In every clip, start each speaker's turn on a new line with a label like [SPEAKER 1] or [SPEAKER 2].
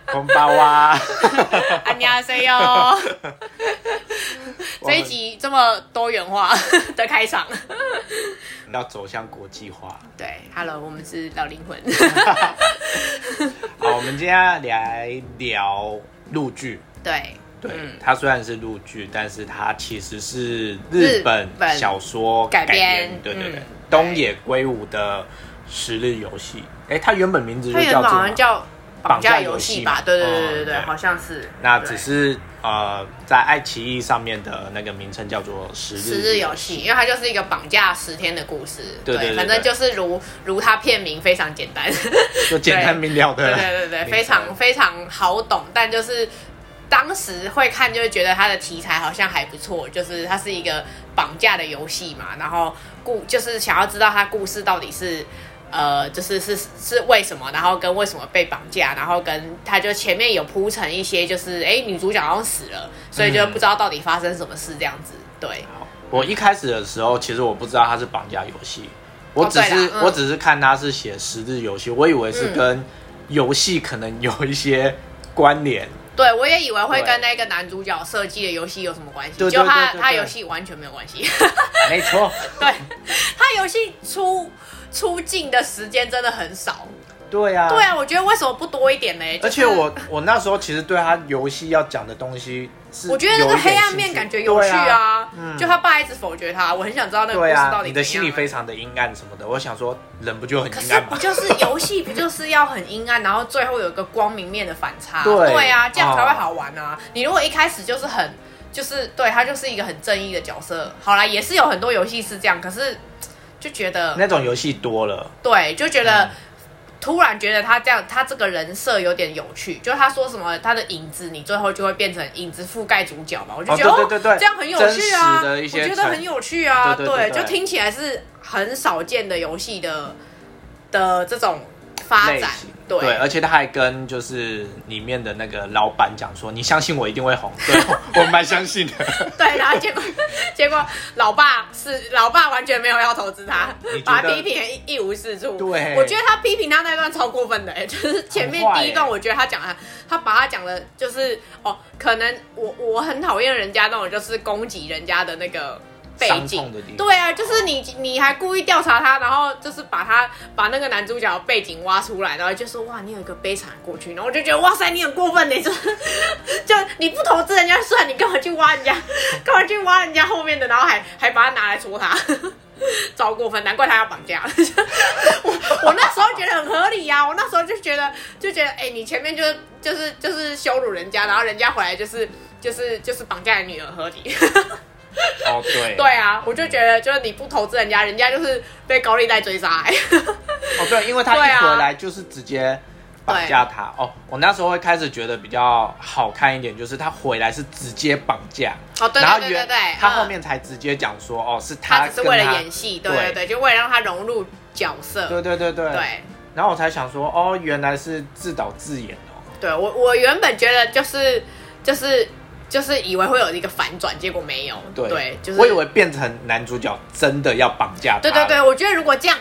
[SPEAKER 1] 空巴 哇，
[SPEAKER 2] 安呀谁哟！ 这一集这么多元化 的开场，
[SPEAKER 1] 要走向国际化。
[SPEAKER 2] 对，Hello，我们是老灵 魂，
[SPEAKER 1] 好，我们今天来聊陆剧。
[SPEAKER 2] 对，
[SPEAKER 1] 对，
[SPEAKER 2] 嗯
[SPEAKER 1] 它虽然是陆剧，但是它其实是
[SPEAKER 2] 日
[SPEAKER 1] 日
[SPEAKER 2] 本
[SPEAKER 1] 本小说
[SPEAKER 2] 改编
[SPEAKER 1] 编。对对对，
[SPEAKER 2] 嗯
[SPEAKER 1] 东野圭吾的《十日游戏》。哎，它原本名字就
[SPEAKER 2] 它原本
[SPEAKER 1] 叫这
[SPEAKER 2] 好
[SPEAKER 1] 个
[SPEAKER 2] 像
[SPEAKER 1] 嘛。
[SPEAKER 2] 叫绑架游戏吧？
[SPEAKER 1] 绑架
[SPEAKER 2] 对对对对
[SPEAKER 1] 游戏嘛嗯
[SPEAKER 2] 对，
[SPEAKER 1] 对
[SPEAKER 2] 好像是。
[SPEAKER 1] 那
[SPEAKER 2] 对
[SPEAKER 1] 只是呃，在爱奇艺上面的那个名称叫做《十日
[SPEAKER 2] 十日游戏，因为它就是一个绑架十天的故事。
[SPEAKER 1] 对对对
[SPEAKER 2] 反正就是如如它片名非常简单。
[SPEAKER 1] 就简单明了的。
[SPEAKER 2] 对对对对，非常非常好懂，但就是当时会看就会觉得它的题材好像还不错，就是它是一个绑架的游戏嘛，然后故就是想要知道它故事到底是。呃，就是是是为什么，然后跟为什么被绑架，然后跟他就前面有铺陈一些，就是哎、女主角好像死了，所以就不知道到底发生什么事这样子。对，
[SPEAKER 1] 我一开始的时候，其实我不知道它是绑架游戏，我
[SPEAKER 2] 哦
[SPEAKER 1] 只
[SPEAKER 2] 对啦
[SPEAKER 1] 是、
[SPEAKER 2] 嗯
[SPEAKER 1] 我只是看它是写十日游戏，我以为是跟游戏可能有一些关联。
[SPEAKER 2] 对我也以为会
[SPEAKER 1] 对
[SPEAKER 2] 跟那个男主角设计的游戏有什么关系，
[SPEAKER 1] 对对
[SPEAKER 2] 就他
[SPEAKER 1] 对对对
[SPEAKER 2] 他游戏完全没有关系。
[SPEAKER 1] 没错，
[SPEAKER 2] 对，他游戏出出镜的时间真的很少。
[SPEAKER 1] 对啊，
[SPEAKER 2] 对。啊，我觉得为什么不多一点呢？就是
[SPEAKER 1] 而且我我那时候其实对他游戏要讲的东西是有
[SPEAKER 2] 我
[SPEAKER 1] 一
[SPEAKER 2] 觉
[SPEAKER 1] 点
[SPEAKER 2] 得
[SPEAKER 1] 兴
[SPEAKER 2] 那
[SPEAKER 1] 趣，
[SPEAKER 2] 个黑暗面感觉有趣
[SPEAKER 1] 对啊。
[SPEAKER 2] 啊，就他爸一直否决他，我很想知道那个故
[SPEAKER 1] 对
[SPEAKER 2] 事
[SPEAKER 1] 啊
[SPEAKER 2] 到，底怎样
[SPEAKER 1] 你的心里非常的阴暗什么的，我想说人不就很
[SPEAKER 2] 可
[SPEAKER 1] 阴
[SPEAKER 2] 是
[SPEAKER 1] 暗
[SPEAKER 2] 不
[SPEAKER 1] 吗？
[SPEAKER 2] 就是 游戏不就是要很阴暗，然后最后有一个光明面的反差？
[SPEAKER 1] 对
[SPEAKER 2] 啊，这样才会
[SPEAKER 1] 哦
[SPEAKER 2] 好玩啊！你如果一开始就是很就是对他就是一个很正义的角色，好啦，也是有很多游戏是这样，可是就觉得
[SPEAKER 1] 那种游戏多了，
[SPEAKER 2] 对，就觉得、
[SPEAKER 1] 嗯
[SPEAKER 2] 突然觉得他这样，他这个人设有点有趣。就是他说什么他的影子，你最后就会变成影子覆盖主角嘛，我就觉得、
[SPEAKER 1] 哦对对对对
[SPEAKER 2] 这样很有趣啊，
[SPEAKER 1] 真实的一些
[SPEAKER 2] 我觉得很有趣啊，
[SPEAKER 1] 对对对对
[SPEAKER 2] 就听起来是很少见的游戏的的这种发
[SPEAKER 1] 类
[SPEAKER 2] 展
[SPEAKER 1] 型，
[SPEAKER 2] 对。
[SPEAKER 1] 而且他还跟就是里面的那个老板讲说，你相信我一定会红，对 我我蛮相信的。
[SPEAKER 2] 对，然后结果结果老爸是老爸完全没有要投资他
[SPEAKER 1] 哦你，觉
[SPEAKER 2] 把他批
[SPEAKER 1] 得
[SPEAKER 2] 评得一一无是处。
[SPEAKER 1] 对
[SPEAKER 2] 我觉得他批评他那段超过分的、欸，就是前面
[SPEAKER 1] 很坏
[SPEAKER 2] 第一段，
[SPEAKER 1] 欸
[SPEAKER 2] 我觉得他讲他他把他讲的就是哦，可能我我很讨厌人家那种就是攻击人家的那个。背
[SPEAKER 1] 伤
[SPEAKER 2] 景
[SPEAKER 1] 痛的地方
[SPEAKER 2] 对啊，就是你，你还故意调查他，然后就是把他把那个男主角的背景挖出来，然后就说哇，你有一个悲惨的过去，然后我就觉得哇塞，你很过分呢，就是 就你不投资人家算，你干嘛去挖人家，干嘛去挖人家后面的，然后还还把它拿来戳他， 超过分，难怪他要绑架。 我我那时候觉得很合理啊呀、我那时候就觉得就觉得，哎、你前面就就是就是羞辱人家，然后人家回来就是就是就是绑架你女儿合理。
[SPEAKER 1] 哦，对，
[SPEAKER 2] 对啊，我就觉得就是你不投资人家，人家就是被高利贷追杀、哎
[SPEAKER 1] 哦对，因为他
[SPEAKER 2] 对啊
[SPEAKER 1] 一回来就是直接绑架他。哦，我那时候会开始觉得比较好看一点，就是他回来是直接绑架，
[SPEAKER 2] 哦，对
[SPEAKER 1] 然后
[SPEAKER 2] 对对对
[SPEAKER 1] 原
[SPEAKER 2] 对，
[SPEAKER 1] 他
[SPEAKER 2] 嗯
[SPEAKER 1] 后面才直接讲说，哦，是
[SPEAKER 2] 他只
[SPEAKER 1] 跟
[SPEAKER 2] 是为了演戏，对对
[SPEAKER 1] 对
[SPEAKER 2] 对，就为了让他融入角色，
[SPEAKER 1] 对对对对。
[SPEAKER 2] 对
[SPEAKER 1] 然后我才想说，哦，原来是自导自演哦。
[SPEAKER 2] 对我我原本觉得就是就是就是以为会有一个反转，结果没有。
[SPEAKER 1] 对
[SPEAKER 2] 就是
[SPEAKER 1] 我以为变成男主角真的要绑架他。
[SPEAKER 2] 对对对，。我觉得如果这样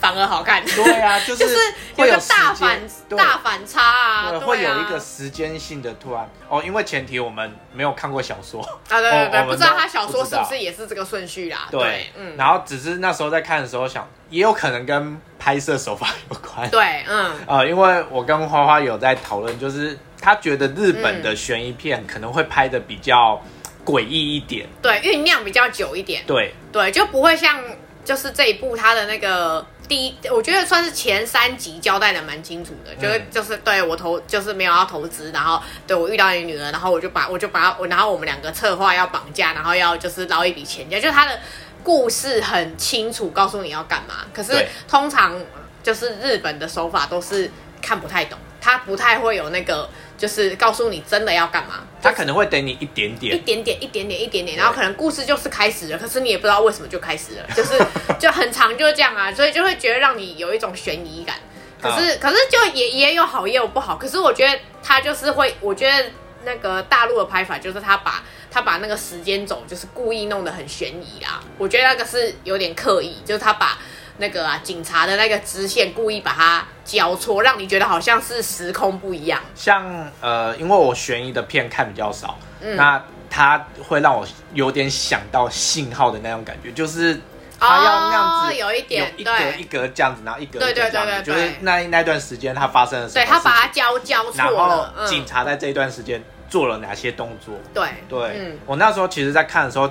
[SPEAKER 2] 反而好看，
[SPEAKER 1] 对 啊，就是
[SPEAKER 2] 就是有
[SPEAKER 1] 会
[SPEAKER 2] 个
[SPEAKER 1] 时
[SPEAKER 2] 大
[SPEAKER 1] 间
[SPEAKER 2] 反
[SPEAKER 1] 对
[SPEAKER 2] 大反差啊，
[SPEAKER 1] 对，
[SPEAKER 2] 对
[SPEAKER 1] 会有
[SPEAKER 2] 啊
[SPEAKER 1] 一个时间性的突然哦，因为前提我们没有看过小说，
[SPEAKER 2] 啊，对对
[SPEAKER 1] 我哦我
[SPEAKER 2] 对，
[SPEAKER 1] 们
[SPEAKER 2] 不知道
[SPEAKER 1] 都
[SPEAKER 2] 他小说
[SPEAKER 1] 不
[SPEAKER 2] 是
[SPEAKER 1] 知
[SPEAKER 2] 不
[SPEAKER 1] 道
[SPEAKER 2] 是也是这个顺序啦？嗯，
[SPEAKER 1] 然后只是那时候在看的时候想，也有可能跟拍摄手法有关，
[SPEAKER 2] 对，嗯，
[SPEAKER 1] 呃，因为我跟花花有在讨论，就是他觉得日本的悬疑片可能会拍的比较诡异一点，
[SPEAKER 2] 对，酝酿比较久一点，
[SPEAKER 1] 对，
[SPEAKER 2] 对，就不会像就是这一部它的那个第一，我觉得算是前三集交代的蛮清楚的，就是、
[SPEAKER 1] 嗯
[SPEAKER 2] 就是对我投就是没有要投资，然后对我遇到你女儿，然后我就把我就把我，然后我们两个策划要绑架，然后要就是捞一笔钱，就就它的故事很清楚，告诉你要干嘛。可是
[SPEAKER 1] 对
[SPEAKER 2] 通常就是日本的手法都是看不太懂，它不太会有那个就是告诉你真的要干嘛，
[SPEAKER 1] 他可能会等你一点
[SPEAKER 2] 一
[SPEAKER 1] 点，
[SPEAKER 2] 点点，一点点，一点点，
[SPEAKER 1] 对
[SPEAKER 2] 然后可能故事就是开始了，可是你也不知道为什么就开始 了，就是就很长，就是这样啊，所以就会觉得让你有一种悬疑感。
[SPEAKER 1] 啊
[SPEAKER 2] 可是、可是就也也有好也有不好，可是我觉得他就是会，我觉得那个大陆的拍法就是他把他把那个时间轴就是故意弄得很悬疑啦，我觉得那个是有点刻意，就是他把。那个啊警察的那个支线故意把它交错，让你觉得好像是时空不一样。
[SPEAKER 1] 像呃，因为我悬疑的片看比较少，
[SPEAKER 2] 嗯
[SPEAKER 1] 那它会让我有点想到信号的那种感觉，就是它要那样子、
[SPEAKER 2] 哦有一点
[SPEAKER 1] 一格
[SPEAKER 2] 对
[SPEAKER 1] 一格这样子，然后一格一格
[SPEAKER 2] 对对对
[SPEAKER 1] 这样子，
[SPEAKER 2] 对
[SPEAKER 1] 就
[SPEAKER 2] 对
[SPEAKER 1] 是那那段时间它发生了什
[SPEAKER 2] 对
[SPEAKER 1] 么事情，
[SPEAKER 2] 他把它交交错
[SPEAKER 1] 然后
[SPEAKER 2] 了，嗯，
[SPEAKER 1] 警察在这一段时间做了哪些动作？
[SPEAKER 2] 对
[SPEAKER 1] 对、
[SPEAKER 2] 嗯
[SPEAKER 1] 我那时候其实，在看的时候，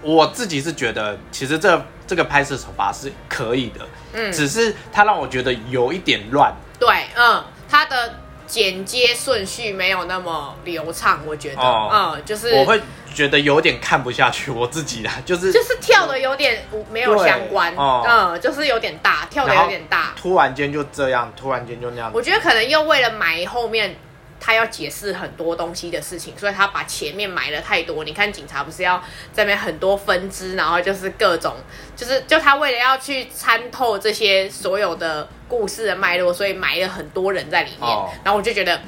[SPEAKER 1] 我自己是觉得，其实这这个拍摄手法是可以的，
[SPEAKER 2] 嗯
[SPEAKER 1] 只是它让我觉得有一点乱。
[SPEAKER 2] 对，嗯，他的剪接顺序没有那么流畅，我觉得，
[SPEAKER 1] 哦
[SPEAKER 2] 嗯，就是
[SPEAKER 1] 我会觉得有点看不下去我自己啦， 就是
[SPEAKER 2] 就是跳的有点没有
[SPEAKER 1] 对
[SPEAKER 2] 相关，
[SPEAKER 1] 哦
[SPEAKER 2] 嗯，就是有点大，跳的
[SPEAKER 1] 然
[SPEAKER 2] 有
[SPEAKER 1] 后
[SPEAKER 2] 点大。
[SPEAKER 1] 突然间就这样，突然间就那样
[SPEAKER 2] 我。觉得可能又为了埋后面他要解释很多东西的事情，所以他把前面埋了太多。你看警察不是要这边很多分支，然后就是各种，就是就他为了要去参透这些所有的故事的脉络，所以埋了很多人在里面。
[SPEAKER 1] 哦
[SPEAKER 2] 然后我就觉得嘖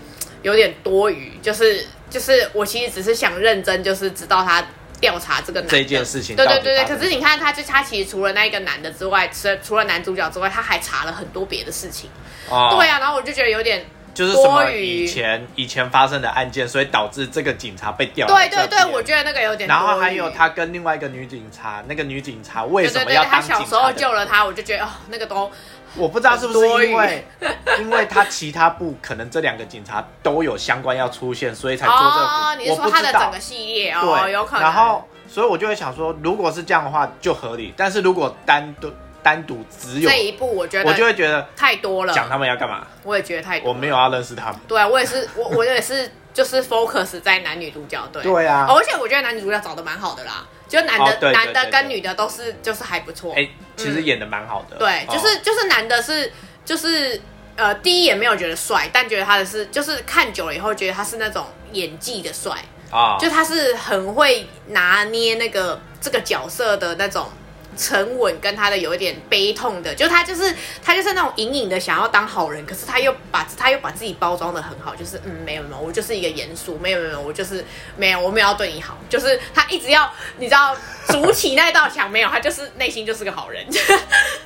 [SPEAKER 2] 有点多余，就是就是我其实只是想认真，就是知道他。调查这个男的
[SPEAKER 1] 这件事情
[SPEAKER 2] 对
[SPEAKER 1] 到
[SPEAKER 2] 对
[SPEAKER 1] 底
[SPEAKER 2] 对对，
[SPEAKER 1] 发生
[SPEAKER 2] 可是你看他，就他其实除了那一个男的之外，除除了男主角之外，他还查了很多别的事情。
[SPEAKER 1] 哦
[SPEAKER 2] 对，啊，然后我就觉得有点，
[SPEAKER 1] 就是什么
[SPEAKER 2] 多余
[SPEAKER 1] 以前以前发生的案件，所以导致这个警察被调来
[SPEAKER 2] 对
[SPEAKER 1] 这
[SPEAKER 2] 对
[SPEAKER 1] 边。
[SPEAKER 2] 对，我觉得那个有点多
[SPEAKER 1] 啊然
[SPEAKER 2] 余。
[SPEAKER 1] 后还有他跟另外一个女警察，那个女警察为
[SPEAKER 2] 对
[SPEAKER 1] 什
[SPEAKER 2] 对
[SPEAKER 1] 么
[SPEAKER 2] 对，
[SPEAKER 1] 要当
[SPEAKER 2] 他
[SPEAKER 1] 警察
[SPEAKER 2] 小
[SPEAKER 1] 的？
[SPEAKER 2] 时候救了他，我就觉得哦，那个都
[SPEAKER 1] 我不知道是不是
[SPEAKER 2] 很多余
[SPEAKER 1] 因为， 因为他其他部可能这两个警察都有相关要出现，所以才做这个部。
[SPEAKER 2] 哦，你是
[SPEAKER 1] 我
[SPEAKER 2] 说
[SPEAKER 1] 不
[SPEAKER 2] 他的
[SPEAKER 1] 知道
[SPEAKER 2] 整个系列哦，
[SPEAKER 1] 对，
[SPEAKER 2] 有可能。
[SPEAKER 1] 然后，所以我就会想说，如果是这样的话就合理，但是如果单独单独只有，
[SPEAKER 2] 这一嗯部我觉
[SPEAKER 1] 我就
[SPEAKER 2] 得
[SPEAKER 1] 会觉得
[SPEAKER 2] 太多
[SPEAKER 1] 讲
[SPEAKER 2] 了，
[SPEAKER 1] 他们要干嘛，
[SPEAKER 2] 我也觉得太多
[SPEAKER 1] 我
[SPEAKER 2] 了。
[SPEAKER 1] 没有要认识他们。
[SPEAKER 2] 对啊我也是，我 我也是，就是 focus 在男女主角对。
[SPEAKER 1] 对啊
[SPEAKER 2] 哦而且我觉得男女主角找的蛮好的啦，就男
[SPEAKER 1] 哦
[SPEAKER 2] 的
[SPEAKER 1] 对对
[SPEAKER 2] 男的
[SPEAKER 1] 对
[SPEAKER 2] 跟
[SPEAKER 1] 对
[SPEAKER 2] 女的都是就是还不错。
[SPEAKER 1] 哎、其实演的蛮好的，
[SPEAKER 2] 嗯对，
[SPEAKER 1] 哦
[SPEAKER 2] 就是就是男的是就是呃，第一眼没有觉得帅，但觉得他的是就是看久了以后觉得他是那种演技的帅，
[SPEAKER 1] 啊，
[SPEAKER 2] 就他是很会拿捏那个这个角色的那种。沉稳跟他的有一点悲痛的，就他就是他就是那种隐隐的想要当好人，可是他又把他又把自己包装的很好，就是嗯没有没有，我就是一个严肃，没有没有，我就是没有我没有要对你好，就是他一直要你知道筑起那道墙，没有他就是内心就是个好人，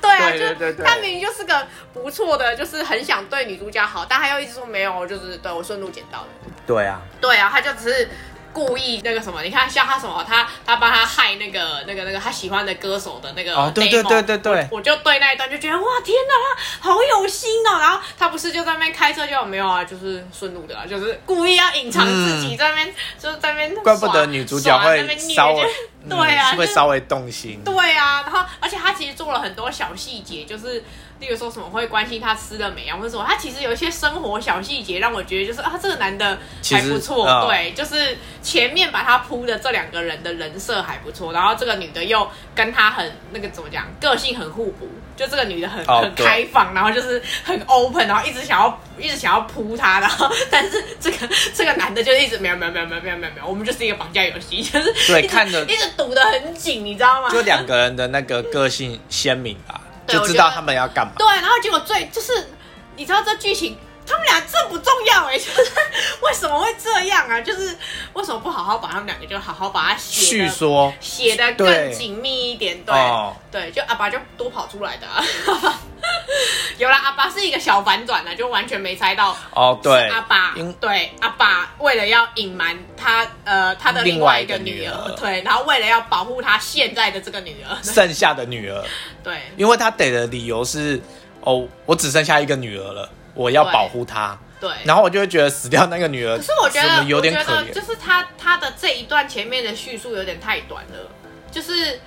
[SPEAKER 2] 对啊，
[SPEAKER 1] 对对对
[SPEAKER 2] 就
[SPEAKER 1] 对
[SPEAKER 2] 他明明就是个不错的，就是很想对女主角好，但他又一直说没有，我就是对我顺路捡到的，
[SPEAKER 1] 对啊，
[SPEAKER 2] 对啊，他就只是故意那个什么，你看像他什么，他他帮他害那个那个那个他喜欢的歌手的那个 demo,
[SPEAKER 1] 哦对对对对对
[SPEAKER 2] 我，我就对那一段就觉得哇天哪，他好有心哦。然后他不是就在那边开车就没有啊，就是顺路的啊，就是故意要隐藏自己在那边、就是在那边耍，
[SPEAKER 1] 嗯怪不得女主角
[SPEAKER 2] 耍在那
[SPEAKER 1] 会
[SPEAKER 2] 边虐
[SPEAKER 1] 稍微
[SPEAKER 2] 就，
[SPEAKER 1] 嗯
[SPEAKER 2] 对啊，
[SPEAKER 1] 是会
[SPEAKER 2] 就是
[SPEAKER 1] 稍微动心，
[SPEAKER 2] 对啊，然后而且他其实做了很多小细节，就是例如说什么会关心他吃的美啊，或者什么，他其实有一些生活小细节让我觉得就是啊，这个男的
[SPEAKER 1] 其
[SPEAKER 2] 还
[SPEAKER 1] 实
[SPEAKER 2] 不错，
[SPEAKER 1] 嗯
[SPEAKER 2] 对，就是前面把他铺的这两个人的人设还不错，然后这个女的又跟他很那个怎么讲，个性很互补，就这个女的很、
[SPEAKER 1] 哦
[SPEAKER 2] 很
[SPEAKER 1] 对
[SPEAKER 2] 开放，然后就是很 open，然后一直想要一直想要扑他，然后但是这个这个男的就一直没有没有没有没有没有没有，我们就是一个绑架游戏，就是
[SPEAKER 1] 对
[SPEAKER 2] 一直
[SPEAKER 1] 哎看着
[SPEAKER 2] 一直堵得很紧，你知道吗？
[SPEAKER 1] 就两个人的那个个性鲜明吧，
[SPEAKER 2] 对
[SPEAKER 1] 就
[SPEAKER 2] 我
[SPEAKER 1] 知
[SPEAKER 2] 觉
[SPEAKER 1] 道
[SPEAKER 2] 得
[SPEAKER 1] 他们要干嘛。
[SPEAKER 2] 对，然后结果最就是，你知道这剧情，他们俩这不重要哎、 就是为什么会这样啊？就是为什么不好好把他们两个就好好把它写
[SPEAKER 1] 叙
[SPEAKER 2] 的
[SPEAKER 1] 说
[SPEAKER 2] 写的更
[SPEAKER 1] 对
[SPEAKER 2] 紧密一点？对、
[SPEAKER 1] 哦
[SPEAKER 2] 对，就阿爸就多跑出来的、 啊。有啦，阿爸是一个小反转啊，就完全没猜到
[SPEAKER 1] 哦，对，
[SPEAKER 2] 是阿啊爸
[SPEAKER 1] 因
[SPEAKER 2] 对阿爸为了要隐瞒他呃他的
[SPEAKER 1] 另
[SPEAKER 2] 另外
[SPEAKER 1] 外
[SPEAKER 2] 一
[SPEAKER 1] 一
[SPEAKER 2] 个
[SPEAKER 1] 个
[SPEAKER 2] 女
[SPEAKER 1] 女
[SPEAKER 2] 儿，
[SPEAKER 1] 儿
[SPEAKER 2] 对，然后为了要保护他现在的这个女儿，
[SPEAKER 1] 剩下的女儿，
[SPEAKER 2] 对
[SPEAKER 1] 因为他逮的理由是，哦，我只剩下一个女儿了，我要保护她。
[SPEAKER 2] 对。
[SPEAKER 1] 然后我就会觉得死掉那个女儿，
[SPEAKER 2] 可是我觉得，
[SPEAKER 1] 有点
[SPEAKER 2] 我
[SPEAKER 1] 可
[SPEAKER 2] 觉得
[SPEAKER 1] 怜
[SPEAKER 2] 就。是他他的这一段前面的叙述有点太短了，就是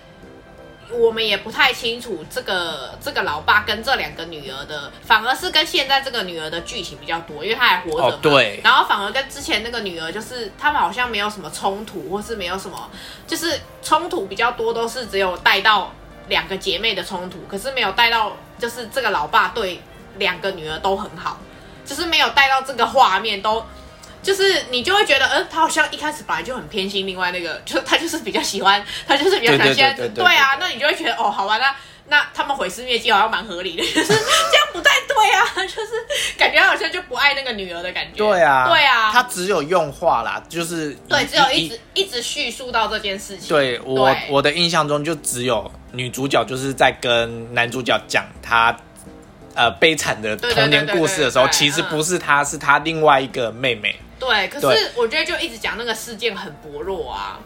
[SPEAKER 2] 我们也不太清楚这个这个老爸跟这两个女儿的，反而是跟现在这个女儿的剧情比较多，因为她还活着嘛、
[SPEAKER 1] 哦对
[SPEAKER 2] 然后反而跟之前那个女儿，就是他们好像没有什么冲突，或是没有什么，就是冲突比较多，都是只有带到两个姐妹的冲突，可是没有带到就是这个老爸对两个女儿都很好，就是没有带到这个画面都。就是你就会觉得，呃，他好像一开始本来就很偏心另外那个，就他就是比较喜欢，他就是比较喜欢
[SPEAKER 1] 对对对
[SPEAKER 2] 现在
[SPEAKER 1] 对对对
[SPEAKER 2] 对啊，那你就会觉得哦，好吧，那那他们毁尸灭迹好像蛮合理的，就是这样不太对对啊，就是感觉他好像就不爱那个女儿的感觉。
[SPEAKER 1] 对啊，
[SPEAKER 2] 对啊，
[SPEAKER 1] 他只有用话啦，就是以
[SPEAKER 2] 对只有
[SPEAKER 1] 以
[SPEAKER 2] 一直一直叙述到这件事情。
[SPEAKER 1] 对我
[SPEAKER 2] 对
[SPEAKER 1] 我的印象中就只有女主角就是在跟男主角讲她呃悲惨的
[SPEAKER 2] 对对
[SPEAKER 1] 童年
[SPEAKER 2] 对对
[SPEAKER 1] 故事的时候，
[SPEAKER 2] 对对
[SPEAKER 1] 其实
[SPEAKER 2] 嗯
[SPEAKER 1] 不是她，是她另外一个妹妹。
[SPEAKER 2] 对，可
[SPEAKER 1] 对
[SPEAKER 2] 是我觉得就一直讲那个事件很薄弱啊，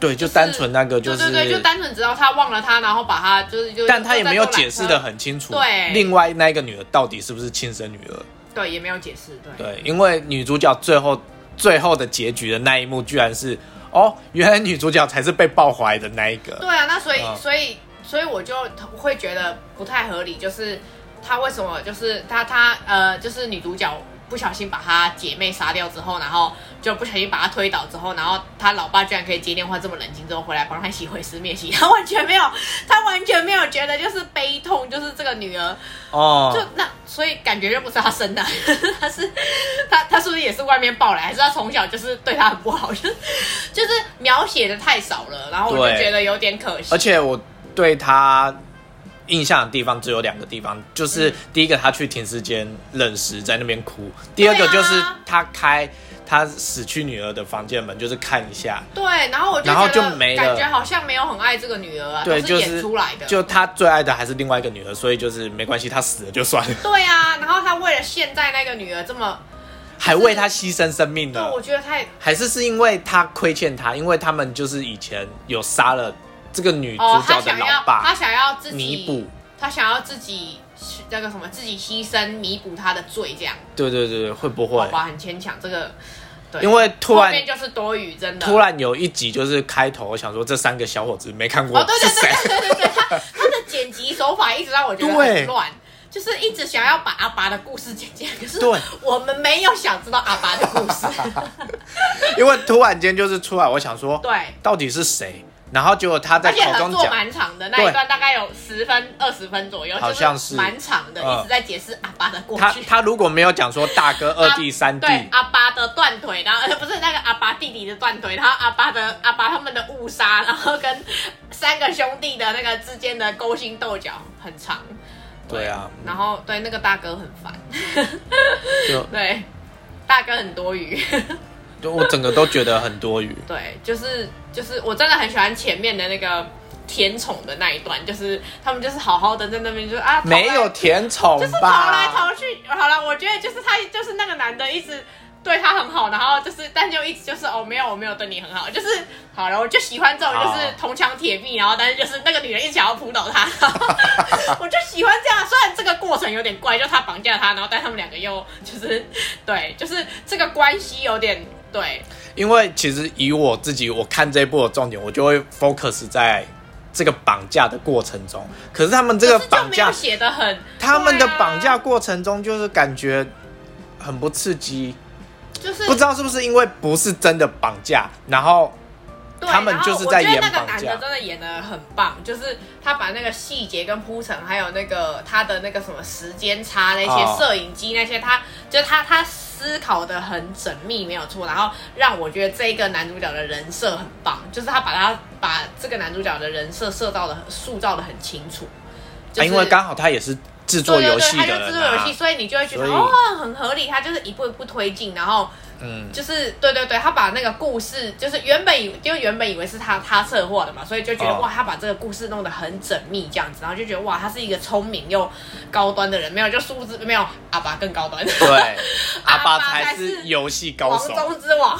[SPEAKER 1] 对，就单纯那个就是，
[SPEAKER 2] 对对对，就单纯只要他忘了他，然后把他就是就
[SPEAKER 1] 但她也没有解释的
[SPEAKER 2] 很，
[SPEAKER 1] 很清楚。
[SPEAKER 2] 对
[SPEAKER 1] 另外那个女的到底是不是亲生女儿？
[SPEAKER 2] 对，也没有解释，对
[SPEAKER 1] 对，因为女主角最后最后的结局的那一幕，居然是哦，原来女主角才是被抱怀的那一个。
[SPEAKER 2] 对啊，那所以、
[SPEAKER 1] 嗯
[SPEAKER 2] 所以所以我就会觉得不太合理，就是他为什么就是他他呃，就是女主角不小心把她姐妹杀掉之后，然后就不小心把她推倒之后，然后她老爸居然可以接电话这么冷静之后回来帮她洗毁尸灭迹， 他完全没有他完全没有觉得就是悲痛，就是这个女儿
[SPEAKER 1] 哦，
[SPEAKER 2] 就那，所以感觉就不是他生的， 他是他他是不是也是外面抱来，还是他从小就是对他很不好， 就是就是描写的太少了，然后我就
[SPEAKER 1] 对
[SPEAKER 2] 觉得有点可惜
[SPEAKER 1] 而。且我对他印象的地方只有两个地方，
[SPEAKER 2] 嗯
[SPEAKER 1] 就是第一个他去停尸间冷食，在那边哭；第二个就是
[SPEAKER 2] 啊
[SPEAKER 1] 他开他死去女儿的房间门，就是看一下。
[SPEAKER 2] 对，然后我就
[SPEAKER 1] 然后
[SPEAKER 2] 觉
[SPEAKER 1] 就
[SPEAKER 2] 得
[SPEAKER 1] 没了
[SPEAKER 2] 感觉好像没有很爱这个女儿啊，
[SPEAKER 1] 对，
[SPEAKER 2] 都
[SPEAKER 1] 就是是
[SPEAKER 2] 演出来的。
[SPEAKER 1] 就他最爱的还是另外一个女儿，所以就是没关系，他死了就算了，
[SPEAKER 2] 对啊，然后他为了现在那个女儿这么，
[SPEAKER 1] 还为他牺牲生命
[SPEAKER 2] 对，
[SPEAKER 1] 呢
[SPEAKER 2] 我。觉得太
[SPEAKER 1] 还是是因为他亏欠他，因为他们就是以前有杀了这个女主
[SPEAKER 2] 哦，他
[SPEAKER 1] 角的
[SPEAKER 2] 想
[SPEAKER 1] 老
[SPEAKER 2] 要
[SPEAKER 1] 爸
[SPEAKER 2] 他，想要自己
[SPEAKER 1] 弥补，
[SPEAKER 2] 他想要自己那个什么自己牺牲弥补他的罪，这样
[SPEAKER 1] 对对对，对会不
[SPEAKER 2] 好
[SPEAKER 1] 会？
[SPEAKER 2] 吧，很牵强。这个对，
[SPEAKER 1] 因为突
[SPEAKER 2] 后
[SPEAKER 1] 然
[SPEAKER 2] 面就是多余，真的。
[SPEAKER 1] 突然有一集就是开头，我想说这三个小伙子没看过
[SPEAKER 2] 哦，对
[SPEAKER 1] 是
[SPEAKER 2] 对对
[SPEAKER 1] 谁？
[SPEAKER 2] 对对对对，他他的剪辑手法一直让我觉得
[SPEAKER 1] 对
[SPEAKER 2] 很乱。就是一直想要把阿爸的故事剪进来，可是
[SPEAKER 1] 对
[SPEAKER 2] 我们没有想知道阿爸的故事。
[SPEAKER 1] 因为突然间就是出来，我想说
[SPEAKER 2] 对，
[SPEAKER 1] 到底是谁，然后结果他在
[SPEAKER 2] 而且
[SPEAKER 1] 口
[SPEAKER 2] 合
[SPEAKER 1] 中
[SPEAKER 2] 作
[SPEAKER 1] 讲，
[SPEAKER 2] 蛮长的，那一段大概有十分二十分左右，
[SPEAKER 1] 好像
[SPEAKER 2] 就是蛮长的，
[SPEAKER 1] 嗯
[SPEAKER 2] 一直在解释阿爸的过
[SPEAKER 1] 他
[SPEAKER 2] 去。
[SPEAKER 1] 他如果没有讲说大哥、二弟、
[SPEAKER 2] 啊
[SPEAKER 1] 三弟，
[SPEAKER 2] 对阿爸的断腿，然后呃不是那个阿爸弟弟的断腿，然后阿爸的阿爸他们的误杀，然后跟三个兄弟的那个之间的勾心斗角很长。
[SPEAKER 1] 对啊，
[SPEAKER 2] 然后对那个大哥很烦，
[SPEAKER 1] 就
[SPEAKER 2] 对，大哥很多余，
[SPEAKER 1] 就我整个都觉得很多余。
[SPEAKER 2] 对，就是就是我真的很喜欢前面的那个甜宠的那一段，就是他们就是好好的在那边就是啊，
[SPEAKER 1] 没有甜宠
[SPEAKER 2] 就是逃来
[SPEAKER 1] 吧？
[SPEAKER 2] 逃去。好了，我觉得就是他，就是那个男的一直对他很好，然后就是但就一直就是哦，没有，我没有对你很好，就是好了，我就喜欢这种
[SPEAKER 1] 好
[SPEAKER 2] 就是铜墙铁壁，然后但是就是那个女人一直想要扑倒 他，然后我就喜欢这样。虽然这个过程有点怪，就他绑架他，然后但他们两个又就是对，就是这个关系有点对，
[SPEAKER 1] 因为其实以我自己，我看这一部的重点，我就会 focus 在这个绑架的过程中。可是他们这个
[SPEAKER 2] 可是就
[SPEAKER 1] 绑
[SPEAKER 2] 没
[SPEAKER 1] 架
[SPEAKER 2] 有，啊写的很，
[SPEAKER 1] 他们的
[SPEAKER 2] 对啊
[SPEAKER 1] 绑架过程中就是感觉很不刺激，
[SPEAKER 2] 就是
[SPEAKER 1] 不知道是不是因为不是真的绑架，然后
[SPEAKER 2] 对
[SPEAKER 1] 他们
[SPEAKER 2] 然后
[SPEAKER 1] 就是在
[SPEAKER 2] 我觉得
[SPEAKER 1] 演
[SPEAKER 2] 那个
[SPEAKER 1] 绑
[SPEAKER 2] 男
[SPEAKER 1] 架
[SPEAKER 2] 的真的演的很棒，就是他把那个细节跟铺陈，还有那个他的那个什么时间差那
[SPEAKER 1] 哦
[SPEAKER 2] 些摄影机那些，他就是他他思考的很缜密，没有错。然后让我觉得这一个男主角的人设很棒，就是他把他把这个男主角的人设设到的塑造的很清楚。就
[SPEAKER 1] 啊
[SPEAKER 2] 是、
[SPEAKER 1] 因为刚好他也是制作游戏
[SPEAKER 2] 对对对，
[SPEAKER 1] 的
[SPEAKER 2] 他就制
[SPEAKER 1] 人、
[SPEAKER 2] 作游
[SPEAKER 1] 啊
[SPEAKER 2] 戏，，所以你就会觉得
[SPEAKER 1] 所以
[SPEAKER 2] 哦，很合理。他就是一步一步推进，然后
[SPEAKER 1] 嗯，
[SPEAKER 2] 就是对对对，他把那个故事，就是原本以因为原本以为是他他策划的嘛，所以就觉得、
[SPEAKER 1] 哦
[SPEAKER 2] 哇，他把这个故事弄得很缜密这样子，然后就觉得哇，他是一个聪明又高端的人，没有就殊不知没有阿爸更高端，
[SPEAKER 1] 对，阿
[SPEAKER 2] 阿
[SPEAKER 1] 爸
[SPEAKER 2] 爸
[SPEAKER 1] 才
[SPEAKER 2] 才是
[SPEAKER 1] 是游戏高
[SPEAKER 2] 王
[SPEAKER 1] 手，
[SPEAKER 2] 中之王，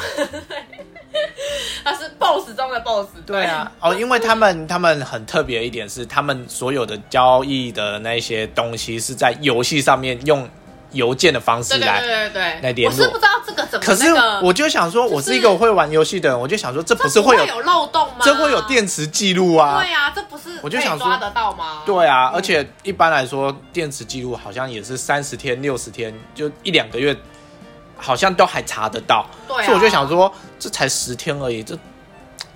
[SPEAKER 2] 他是 boss 中的 boss，
[SPEAKER 1] 对啊，哦，因为他们他们很特别一点是，他们所有的交易的那些东西是在游戏上面用邮件的方式
[SPEAKER 2] 对，对
[SPEAKER 1] 来。
[SPEAKER 2] 对对
[SPEAKER 1] 来
[SPEAKER 2] 对
[SPEAKER 1] 联
[SPEAKER 2] 对，我
[SPEAKER 1] 络
[SPEAKER 2] 是不知道这个怎么
[SPEAKER 1] 可是
[SPEAKER 2] 那个，
[SPEAKER 1] 我就想说，
[SPEAKER 2] 是
[SPEAKER 1] 我是一个会玩游戏的人，我就想说，这不是会
[SPEAKER 2] 这
[SPEAKER 1] 有
[SPEAKER 2] 不有漏洞吗？
[SPEAKER 1] 这会有电池记录啊
[SPEAKER 2] 对？啊，这不是
[SPEAKER 1] 我就
[SPEAKER 2] 可以
[SPEAKER 1] 想说
[SPEAKER 2] 抓得到吗？
[SPEAKER 1] 对啊，而且一般来说，电池记录好像也是三十天、六十天，就一两个月，好像都还查得到。
[SPEAKER 2] 对啊
[SPEAKER 1] 所以我就想说，这才十天而已，这。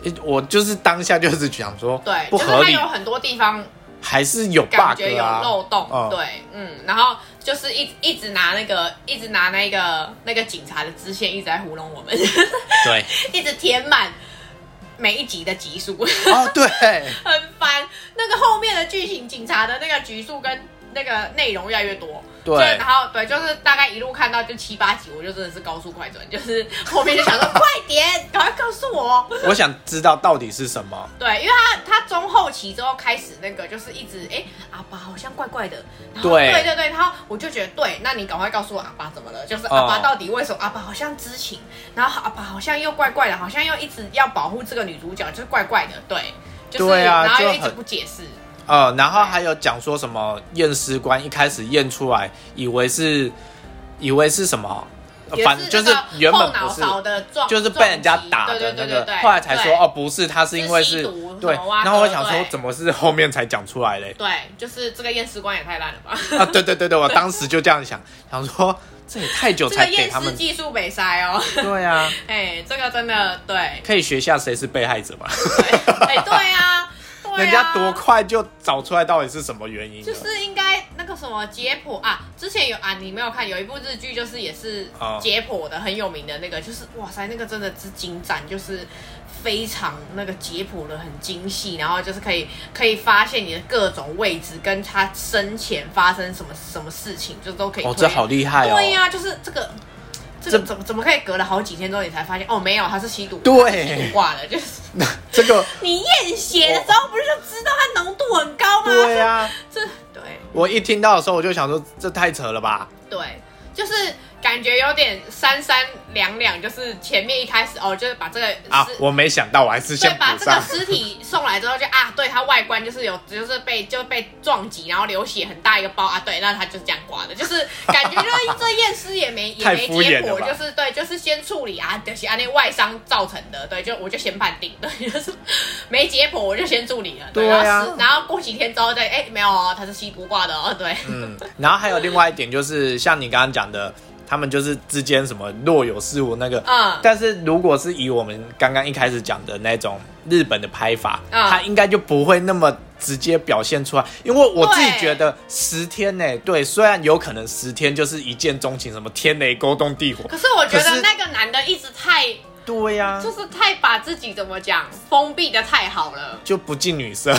[SPEAKER 1] 诶我就是当下就是想说，
[SPEAKER 2] 对，
[SPEAKER 1] 不合
[SPEAKER 2] 就是
[SPEAKER 1] 理
[SPEAKER 2] 它，有很多地方
[SPEAKER 1] 还是有 bug 啊，
[SPEAKER 2] 感觉有漏洞，
[SPEAKER 1] 嗯
[SPEAKER 2] 对，嗯，然后就是一直一直拿那个，一直拿那个那个警察的支线一直在糊弄我们，
[SPEAKER 1] 对，
[SPEAKER 2] 一直填满每一集的集数，
[SPEAKER 1] 哦，对，
[SPEAKER 2] 很烦。那个后面的剧情，警察的那个集数跟那个内容越来越多。
[SPEAKER 1] 对
[SPEAKER 2] 所以然后对，就是大概一路看到就七八集，我就真的是高速快转，就是后面就想说 快点，赶快告诉我。
[SPEAKER 1] 我想知道到底是什么。
[SPEAKER 2] 对，因为他他中后期之后开始那个就是一直哎、诶阿爸好像怪怪的，然后
[SPEAKER 1] 对
[SPEAKER 2] 对对对，然后我就觉得对，那你赶快告诉我阿爸怎么了，就是
[SPEAKER 1] 哦
[SPEAKER 2] 阿爸到底为什么、阿爸好像知情，然后阿爸好像又怪怪的，好像又一直要保护这个女主角，就是怪怪的，对，就是
[SPEAKER 1] 对啊
[SPEAKER 2] 然后又
[SPEAKER 1] 就
[SPEAKER 2] 一直
[SPEAKER 1] 很
[SPEAKER 2] 不解释，
[SPEAKER 1] 呃，然后还有讲说什么验尸官一开始验出来，以为是以为是什么，呃
[SPEAKER 2] 也
[SPEAKER 1] 反正就是
[SPEAKER 2] 那个
[SPEAKER 1] 原
[SPEAKER 2] 后
[SPEAKER 1] 本
[SPEAKER 2] 脑
[SPEAKER 1] 不是，
[SPEAKER 2] 勺的撞，
[SPEAKER 1] 就是被人家打
[SPEAKER 2] 哦撞击
[SPEAKER 1] 的
[SPEAKER 2] 对对
[SPEAKER 1] 那
[SPEAKER 2] 对
[SPEAKER 1] 个
[SPEAKER 2] 对对，，
[SPEAKER 1] 后来才说
[SPEAKER 2] 对
[SPEAKER 1] 哦，不是，他是因为
[SPEAKER 2] 是吸
[SPEAKER 1] 是
[SPEAKER 2] 毒
[SPEAKER 1] 对
[SPEAKER 2] 什么啊。
[SPEAKER 1] 然后我
[SPEAKER 2] 对
[SPEAKER 1] 想说
[SPEAKER 2] 对，
[SPEAKER 1] 怎么是后面才讲出来嘞？
[SPEAKER 2] 对，就是这个验尸官也太烂了 吧。
[SPEAKER 1] 啊，对对 对对，我当时就这样想，想说这也太久
[SPEAKER 2] 这个
[SPEAKER 1] 才给
[SPEAKER 2] 验
[SPEAKER 1] 他
[SPEAKER 2] 尸
[SPEAKER 1] 们，
[SPEAKER 2] 技术北塞哦，
[SPEAKER 1] 对啊，
[SPEAKER 2] 哎，这个真的对，
[SPEAKER 1] 可以学一下谁是被害者嘛？
[SPEAKER 2] 哎、对呀、对呀、啊
[SPEAKER 1] 人家多啊快就找出来到底是什么原因了啊
[SPEAKER 2] 就。是应该那个什么解剖啊，之前有啊，你没有看有一部日剧，就是也是
[SPEAKER 1] 哦
[SPEAKER 2] 解剖的、很有名的那个，就是哇塞，那个真的是精湛，就是非常那个解剖的很精细，然后就是可以可以发现你的各种位置跟他生前发生什么什么事情，就都可以推。
[SPEAKER 1] 哦，这好厉害哦！
[SPEAKER 2] 对呀、就是这个。这个
[SPEAKER 1] 这
[SPEAKER 2] 怎么怎么可以隔了好几天之后你才发现哦没有他是吸毒
[SPEAKER 1] 对
[SPEAKER 2] 他是吸毒挂了就是
[SPEAKER 1] 这 个
[SPEAKER 2] 你验血的时候不是就知道它浓度很高吗？
[SPEAKER 1] 对啊呀、
[SPEAKER 2] 这对
[SPEAKER 1] 我一听到的时候我就想说，这太扯了吧？
[SPEAKER 2] 对，就是感觉有点三三两两，就是前面一开始哦，就是把这个
[SPEAKER 1] 啊
[SPEAKER 2] 尸，
[SPEAKER 1] 我没想到，我还是
[SPEAKER 2] 对
[SPEAKER 1] 先，
[SPEAKER 2] 把
[SPEAKER 1] 补
[SPEAKER 2] 这个
[SPEAKER 1] 上。
[SPEAKER 2] 尸体送来之后就啊，对它外观就是有，就是被就被撞击，然后流血很大一个包啊，对，那它就是这样挂的，就是感觉 就是这验尸也没也
[SPEAKER 1] 太
[SPEAKER 2] 没
[SPEAKER 1] 敷
[SPEAKER 2] 结
[SPEAKER 1] 衍了
[SPEAKER 2] 果，
[SPEAKER 1] 吧
[SPEAKER 2] 就是对，就是先处理啊，就是啊那外伤造成的，对，就我就先判定，对，就是 没结果我就先处理了，对，
[SPEAKER 1] 对啊
[SPEAKER 2] 然后是然后过几天之后再哎没有哦，它是吸毒挂的哦，对，
[SPEAKER 1] 嗯， 然后还有另外一点就是，像你刚刚讲的，他们就是之间什么若有似无那个。
[SPEAKER 2] 嗯，
[SPEAKER 1] 但是如果是以我们刚刚一开始讲的那种日本的拍法，
[SPEAKER 2] 嗯
[SPEAKER 1] 它应该就不会那么直接表现出来，因为我自己
[SPEAKER 2] 对
[SPEAKER 1] 觉得十天呢、对，虽然有可能十天就是一见钟情，什么天雷勾动 地火，
[SPEAKER 2] 可是我觉
[SPEAKER 1] 可
[SPEAKER 2] 得
[SPEAKER 1] 是
[SPEAKER 2] 那个男的一直太，
[SPEAKER 1] 对呀、，
[SPEAKER 2] 就是太把自己怎么讲封闭的太好了
[SPEAKER 1] 就不近女色。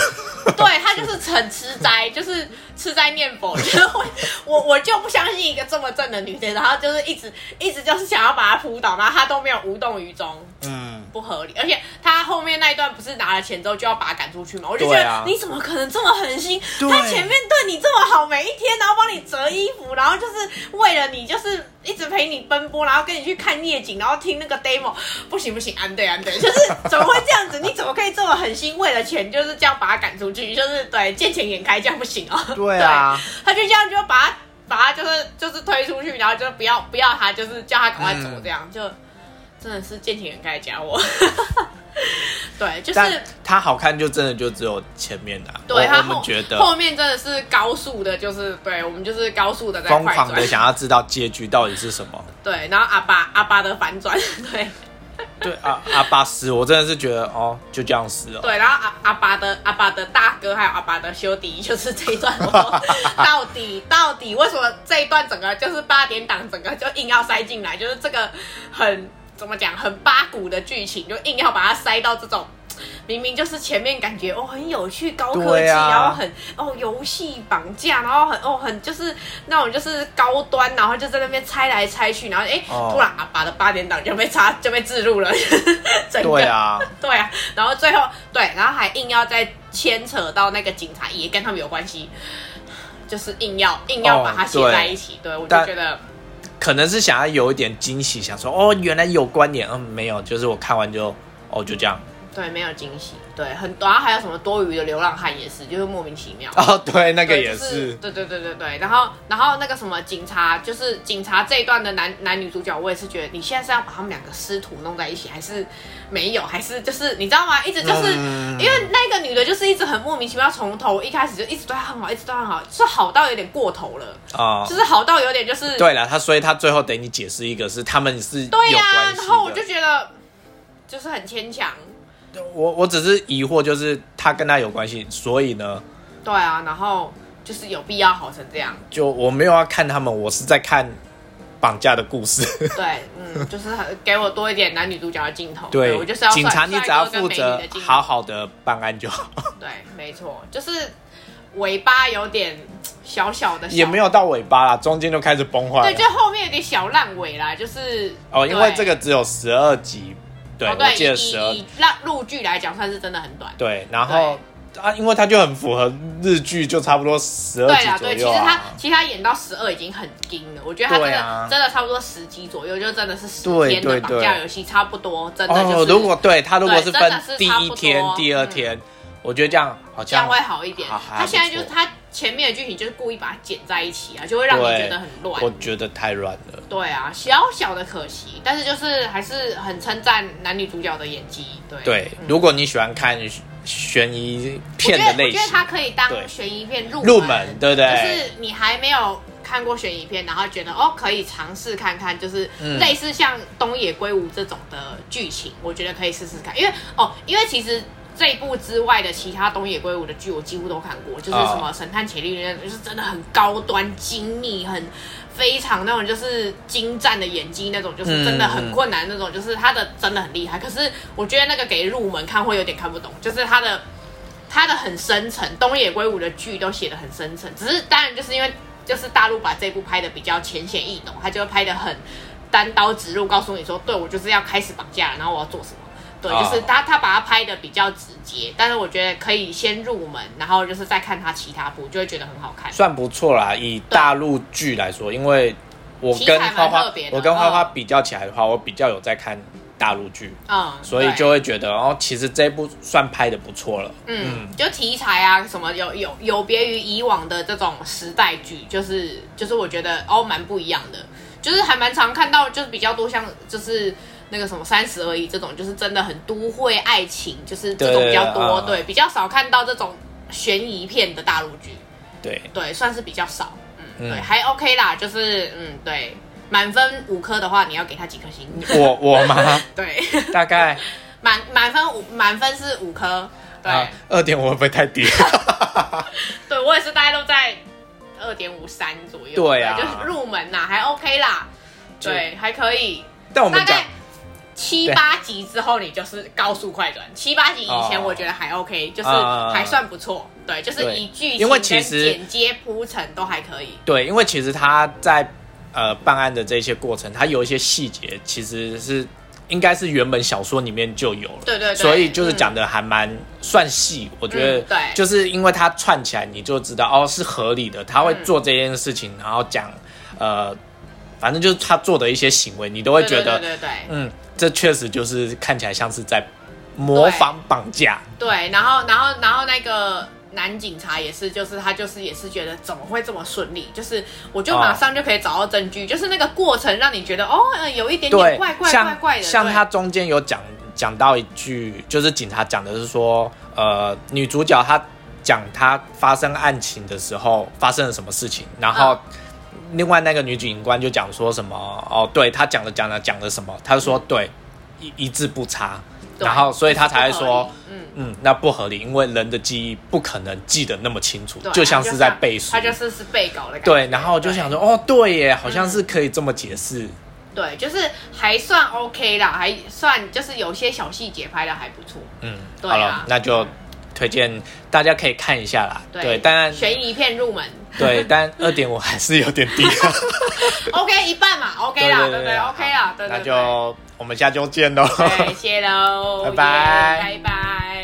[SPEAKER 2] 对他就是很吃斋，就是吃斋念佛， 就是我我我就不相信一个这么正的女的，然后就是一直一直就是想要把她扑倒，然后她都没有无动于衷。
[SPEAKER 1] 嗯，
[SPEAKER 2] 不合理，而且他后面那一段不是拿了钱之后就要把他赶出去嘛？我就觉
[SPEAKER 1] 对
[SPEAKER 2] 得、
[SPEAKER 1] 啊
[SPEAKER 2] 你怎么可能这么狠心？
[SPEAKER 1] 对
[SPEAKER 2] 他前面对你这么好，每一天然后帮你折衣服，然后就是为了你，就是一直陪你奔波，然后跟你去看夜景，然后听那个 demo，不行不行，安对 安对，就是怎么会这样子？你怎么可以这么狠心？为了钱就是这样把他赶出去，就是对见钱眼开，这样不行哦。
[SPEAKER 1] 对啊，
[SPEAKER 2] 他就这样就把他把他就是就是推出去，然后就不要不要他，就是叫他赶快走，
[SPEAKER 1] 嗯
[SPEAKER 2] 这样、就真的是见情人该加我。 对，就
[SPEAKER 1] 但
[SPEAKER 2] 是
[SPEAKER 1] 它好看就真的就只有前面的、啊，
[SPEAKER 2] 对
[SPEAKER 1] 我
[SPEAKER 2] 他
[SPEAKER 1] 我
[SPEAKER 2] 后
[SPEAKER 1] 们觉得
[SPEAKER 2] 后面真的是高速的，就是对我们就是高速的在
[SPEAKER 1] 疯
[SPEAKER 2] 快
[SPEAKER 1] 狂的
[SPEAKER 2] 转，
[SPEAKER 1] 想要知道结局到底是什么。
[SPEAKER 2] 对，然后阿爸阿爸的反转， 对
[SPEAKER 1] 对啊，阿巴斯，我真的是觉得哦，就这样死了。
[SPEAKER 2] 对，然后阿阿爸的阿爸的大哥还有阿爸的修弟，就是这一段 我到底到底为什么这一段整个就是八点档整个就硬要塞进来，就是这个很怎么讲很八股的剧情，就硬要把它塞到这种。明明就是前面感觉哦很有趣高科技，
[SPEAKER 1] 对啊
[SPEAKER 2] 然后很哦游戏绑架，然后很哦很就是那种就是高端，然后就在那边猜来猜去，然后哎、
[SPEAKER 1] 哦
[SPEAKER 2] 突然阿爸的八点档就被插就被置入了， 整个
[SPEAKER 1] 对啊，
[SPEAKER 2] 对啊，然后最后对，然后还硬要再牵扯到那个警察，也跟他们有关系，就是硬要硬要
[SPEAKER 1] 哦
[SPEAKER 2] 把它写
[SPEAKER 1] 对
[SPEAKER 2] 在一起。对我就
[SPEAKER 1] 但
[SPEAKER 2] 觉得
[SPEAKER 1] 可能是想要有一点惊喜，想说哦，原来有关联。嗯，没有，就是我看完就哦，就这样。
[SPEAKER 2] 对没有惊喜，对很然后还有什么多余的流浪汉也是，就是莫名其妙。
[SPEAKER 1] 哦，对，那个
[SPEAKER 2] 对
[SPEAKER 1] 也。
[SPEAKER 2] 就是对对对对对，然后然后那个什么警察，就是警察这一段的男男女主角，我也是觉得你现在是要把他们两个师徒弄在一起，还是没有，还是就是你知道吗？一直就是、
[SPEAKER 1] 嗯
[SPEAKER 2] 因为那个女的，就是一直很莫名其妙，从头一开始就一直对她很好，一直对她很好，就是好到有点过头了，
[SPEAKER 1] 哦
[SPEAKER 2] 就，是好到有点就是
[SPEAKER 1] 对了，他所以他最后等你解释一个是他们是有
[SPEAKER 2] 对呀、
[SPEAKER 1] 关
[SPEAKER 2] 然后我
[SPEAKER 1] 系
[SPEAKER 2] 就
[SPEAKER 1] 的。
[SPEAKER 2] 觉得就是很牵强，
[SPEAKER 1] 我我只是疑惑，就是他跟他有关系，所以呢，
[SPEAKER 2] 对啊，然后就是有必要好成这样。
[SPEAKER 1] 就我没有要看他们，我是在看绑架的故事。
[SPEAKER 2] 对，嗯，就是很给我多一点男女主角的镜头。
[SPEAKER 1] 对，
[SPEAKER 2] 我就是要
[SPEAKER 1] 警察，
[SPEAKER 2] 帅
[SPEAKER 1] 你只要
[SPEAKER 2] 帅哥跟美
[SPEAKER 1] 负
[SPEAKER 2] 女
[SPEAKER 1] 责
[SPEAKER 2] 的镜头啊
[SPEAKER 1] 好好的办案就好。
[SPEAKER 2] 对，没错，就是尾巴有点小小的小，
[SPEAKER 1] 也没有到尾巴啦，中间就开始崩坏
[SPEAKER 2] 对，
[SPEAKER 1] 了
[SPEAKER 2] 就。后面有点小烂尾啦，就是
[SPEAKER 1] 哦，因为
[SPEAKER 2] 对
[SPEAKER 1] 这个只有十二集，对，
[SPEAKER 2] 哦
[SPEAKER 1] 我
[SPEAKER 2] 对，
[SPEAKER 1] 记得
[SPEAKER 2] 以
[SPEAKER 1] 十二
[SPEAKER 2] 以以让陆剧来讲，算是真的很短。
[SPEAKER 1] 对，然后啊，因为它就很符合日剧，就差不多十二
[SPEAKER 2] 对
[SPEAKER 1] 集
[SPEAKER 2] 啦，
[SPEAKER 1] 左
[SPEAKER 2] 对，其
[SPEAKER 1] 右
[SPEAKER 2] 实他
[SPEAKER 1] 啊。
[SPEAKER 2] 其实他演到十二已经很精了，我觉得他真
[SPEAKER 1] 对
[SPEAKER 2] 的、
[SPEAKER 1] 啊
[SPEAKER 2] 真的差不多十集左右，就真的是十
[SPEAKER 1] 对
[SPEAKER 2] 天的
[SPEAKER 1] 对
[SPEAKER 2] 绑
[SPEAKER 1] 对
[SPEAKER 2] 架游戏，差不多真的就是、
[SPEAKER 1] 哦，如果对它如果
[SPEAKER 2] 对
[SPEAKER 1] 是
[SPEAKER 2] 真
[SPEAKER 1] 分
[SPEAKER 2] 的是
[SPEAKER 1] 第
[SPEAKER 2] 差
[SPEAKER 1] 一
[SPEAKER 2] 不
[SPEAKER 1] 天
[SPEAKER 2] 多、
[SPEAKER 1] 第二天，我觉得这样好
[SPEAKER 2] 这样
[SPEAKER 1] 像
[SPEAKER 2] 会好一点。
[SPEAKER 1] 好还
[SPEAKER 2] 他现在就是
[SPEAKER 1] 不错
[SPEAKER 2] 他前面的剧情就是故意把它剪在一起啊，就会让你
[SPEAKER 1] 对
[SPEAKER 2] 觉得很
[SPEAKER 1] 我
[SPEAKER 2] 乱。
[SPEAKER 1] 觉得太乱了。
[SPEAKER 2] 对啊，小小的可惜，但是就是还是很称赞男女主角的演技。对
[SPEAKER 1] 对，
[SPEAKER 2] 嗯
[SPEAKER 1] 如果你喜欢看悬疑片的类
[SPEAKER 2] 我觉得我觉得
[SPEAKER 1] 型，
[SPEAKER 2] 它可以当
[SPEAKER 1] 对
[SPEAKER 2] 悬疑片入
[SPEAKER 1] 入门对不对
[SPEAKER 2] 就是你还没有看过悬疑片，然后觉得哦可以尝试看看，就是
[SPEAKER 1] 嗯
[SPEAKER 2] 类似像东野圭吾这种的剧情，我觉得可以试试看。因为哦，因为其实。这一部之外的其他东野圭吾的剧，我几乎都看过，
[SPEAKER 1] 啊
[SPEAKER 2] 就是什么《神探伽利略》，就是真的很高端、精密、很非常那种就是精湛的演技那种，就是真的很
[SPEAKER 1] 嗯
[SPEAKER 2] 困难那种，就是他的真的很厉害。可是我觉得那个给入门看会有点看不懂，就是他的他的很深沉，东野圭吾的剧都写的很深沉，只是当然就是因为就是大陆把这部拍的比较浅显易懂，他就会拍的很单刀直入，告诉你说，对我就是要开始绑架了，然后我要做什么。对，
[SPEAKER 1] 哦
[SPEAKER 2] 就是他他把它拍的比较直接，但是我觉得可以先入门，然后就是再看他其他部，就会觉得很好看。
[SPEAKER 1] 算不错啦，以大陆剧来说，因为我
[SPEAKER 2] 题材
[SPEAKER 1] 跟
[SPEAKER 2] 蛮
[SPEAKER 1] 花花
[SPEAKER 2] 特别，的
[SPEAKER 1] 我跟花花
[SPEAKER 2] 嗯
[SPEAKER 1] 比较起来的话，我比较有在看大陆剧，
[SPEAKER 2] 嗯，
[SPEAKER 1] 所以
[SPEAKER 2] 对
[SPEAKER 1] 就会觉得哦，其实这一部算拍的不错了。
[SPEAKER 2] 嗯，就题材啊什么有有有别于以往的这种时代剧，就是就是我觉得哦蛮不一样的，就是还蛮常看到，就是比较多像就是那个什么三十而已这种，就是真的很都会爱情，就是这种比较
[SPEAKER 1] 对
[SPEAKER 2] 多，
[SPEAKER 1] 啊
[SPEAKER 2] 对，比较少看到这种悬疑片的大陆剧，
[SPEAKER 1] 对，
[SPEAKER 2] 对，算是比较少，嗯，对，
[SPEAKER 1] 嗯
[SPEAKER 2] 还 OK 啦，就是嗯对，满分五颗的话，你要给他几颗星？
[SPEAKER 1] 我我嘛，
[SPEAKER 2] 对，
[SPEAKER 1] 大概
[SPEAKER 2] 满满分五满分是五颗，对。
[SPEAKER 1] 啊二点五会不会太低？
[SPEAKER 2] 对我也是，大概都在二点五三左右。
[SPEAKER 1] 对啊
[SPEAKER 2] 就是入门呐、还 OK 啦，
[SPEAKER 1] 就
[SPEAKER 2] 对，还可以。
[SPEAKER 1] 但我们
[SPEAKER 2] 大
[SPEAKER 1] 讲
[SPEAKER 2] 概七
[SPEAKER 1] 对
[SPEAKER 2] 八集之后，你就是高速快转。七八集以前，
[SPEAKER 1] 哦
[SPEAKER 2] 我觉得还 OK，、就是
[SPEAKER 1] 啊
[SPEAKER 2] 还算不错。对，就是
[SPEAKER 1] 对
[SPEAKER 2] 以剧情
[SPEAKER 1] 因为其实
[SPEAKER 2] 跟剪接铺陈都还可以。
[SPEAKER 1] 对，因为其实他在呃办案的这些过程，他有一些细节其实是应该是原本小说里面就有了，
[SPEAKER 2] 对对对
[SPEAKER 1] 所以就是讲的还蛮、算细，我觉得、
[SPEAKER 2] 嗯对
[SPEAKER 1] 就是因为他串起来，你就知道哦是合理的，他会
[SPEAKER 2] 嗯
[SPEAKER 1] 做这件事情，然后讲呃，反正就是他做的一些行为，你都会
[SPEAKER 2] 对
[SPEAKER 1] 觉得
[SPEAKER 2] 对对对对
[SPEAKER 1] 嗯，这确实就是看起来像是在模仿绑架，
[SPEAKER 2] 对，然后然后然后那个男警察也是，就是他就是也是觉得怎么会这么顺利，就是我就
[SPEAKER 1] 啊
[SPEAKER 2] 马上就可以找到证据，就是那个过程让你觉得哦、呃有一点点
[SPEAKER 1] 对，
[SPEAKER 2] 怪怪
[SPEAKER 1] 像
[SPEAKER 2] 怪怪的，
[SPEAKER 1] 像
[SPEAKER 2] 对
[SPEAKER 1] 他中间有讲讲到一句，就是警察讲的是说，呃，女主角她讲她发生案情的时候发生了什么事情，然后。
[SPEAKER 2] 嗯
[SPEAKER 1] 另外那个女警官就讲说什么哦，对她讲着讲着讲了什么，她就说对，一一字不差，
[SPEAKER 2] 嗯对
[SPEAKER 1] 然后所以她才会
[SPEAKER 2] 不合
[SPEAKER 1] 说
[SPEAKER 2] 理，嗯。
[SPEAKER 1] 嗯，那不合理，因为人的记忆不可能记得那么清楚，
[SPEAKER 2] 对
[SPEAKER 1] 就像是在背书
[SPEAKER 2] 他，就是是背稿的感觉。
[SPEAKER 1] 对，然后我就想说，哦，对耶，好像是可以这么解释，
[SPEAKER 2] 对，对就是还算 OK 啦，还算就是有些小细节拍的还不错。
[SPEAKER 1] 嗯，
[SPEAKER 2] 对
[SPEAKER 1] 好
[SPEAKER 2] 啊
[SPEAKER 1] 了，那就推荐大家可以看一下啦。对，当然
[SPEAKER 2] 悬疑片 入门
[SPEAKER 1] 对，但二点五还是有点低。啊
[SPEAKER 2] ，OK 一半嘛，OK 啦，对不对？OK 啦，对对
[SPEAKER 1] 那
[SPEAKER 2] 对。
[SPEAKER 1] 就我们下周见喽。
[SPEAKER 2] 对，谢喽，
[SPEAKER 1] 拜拜
[SPEAKER 2] 耶拜拜。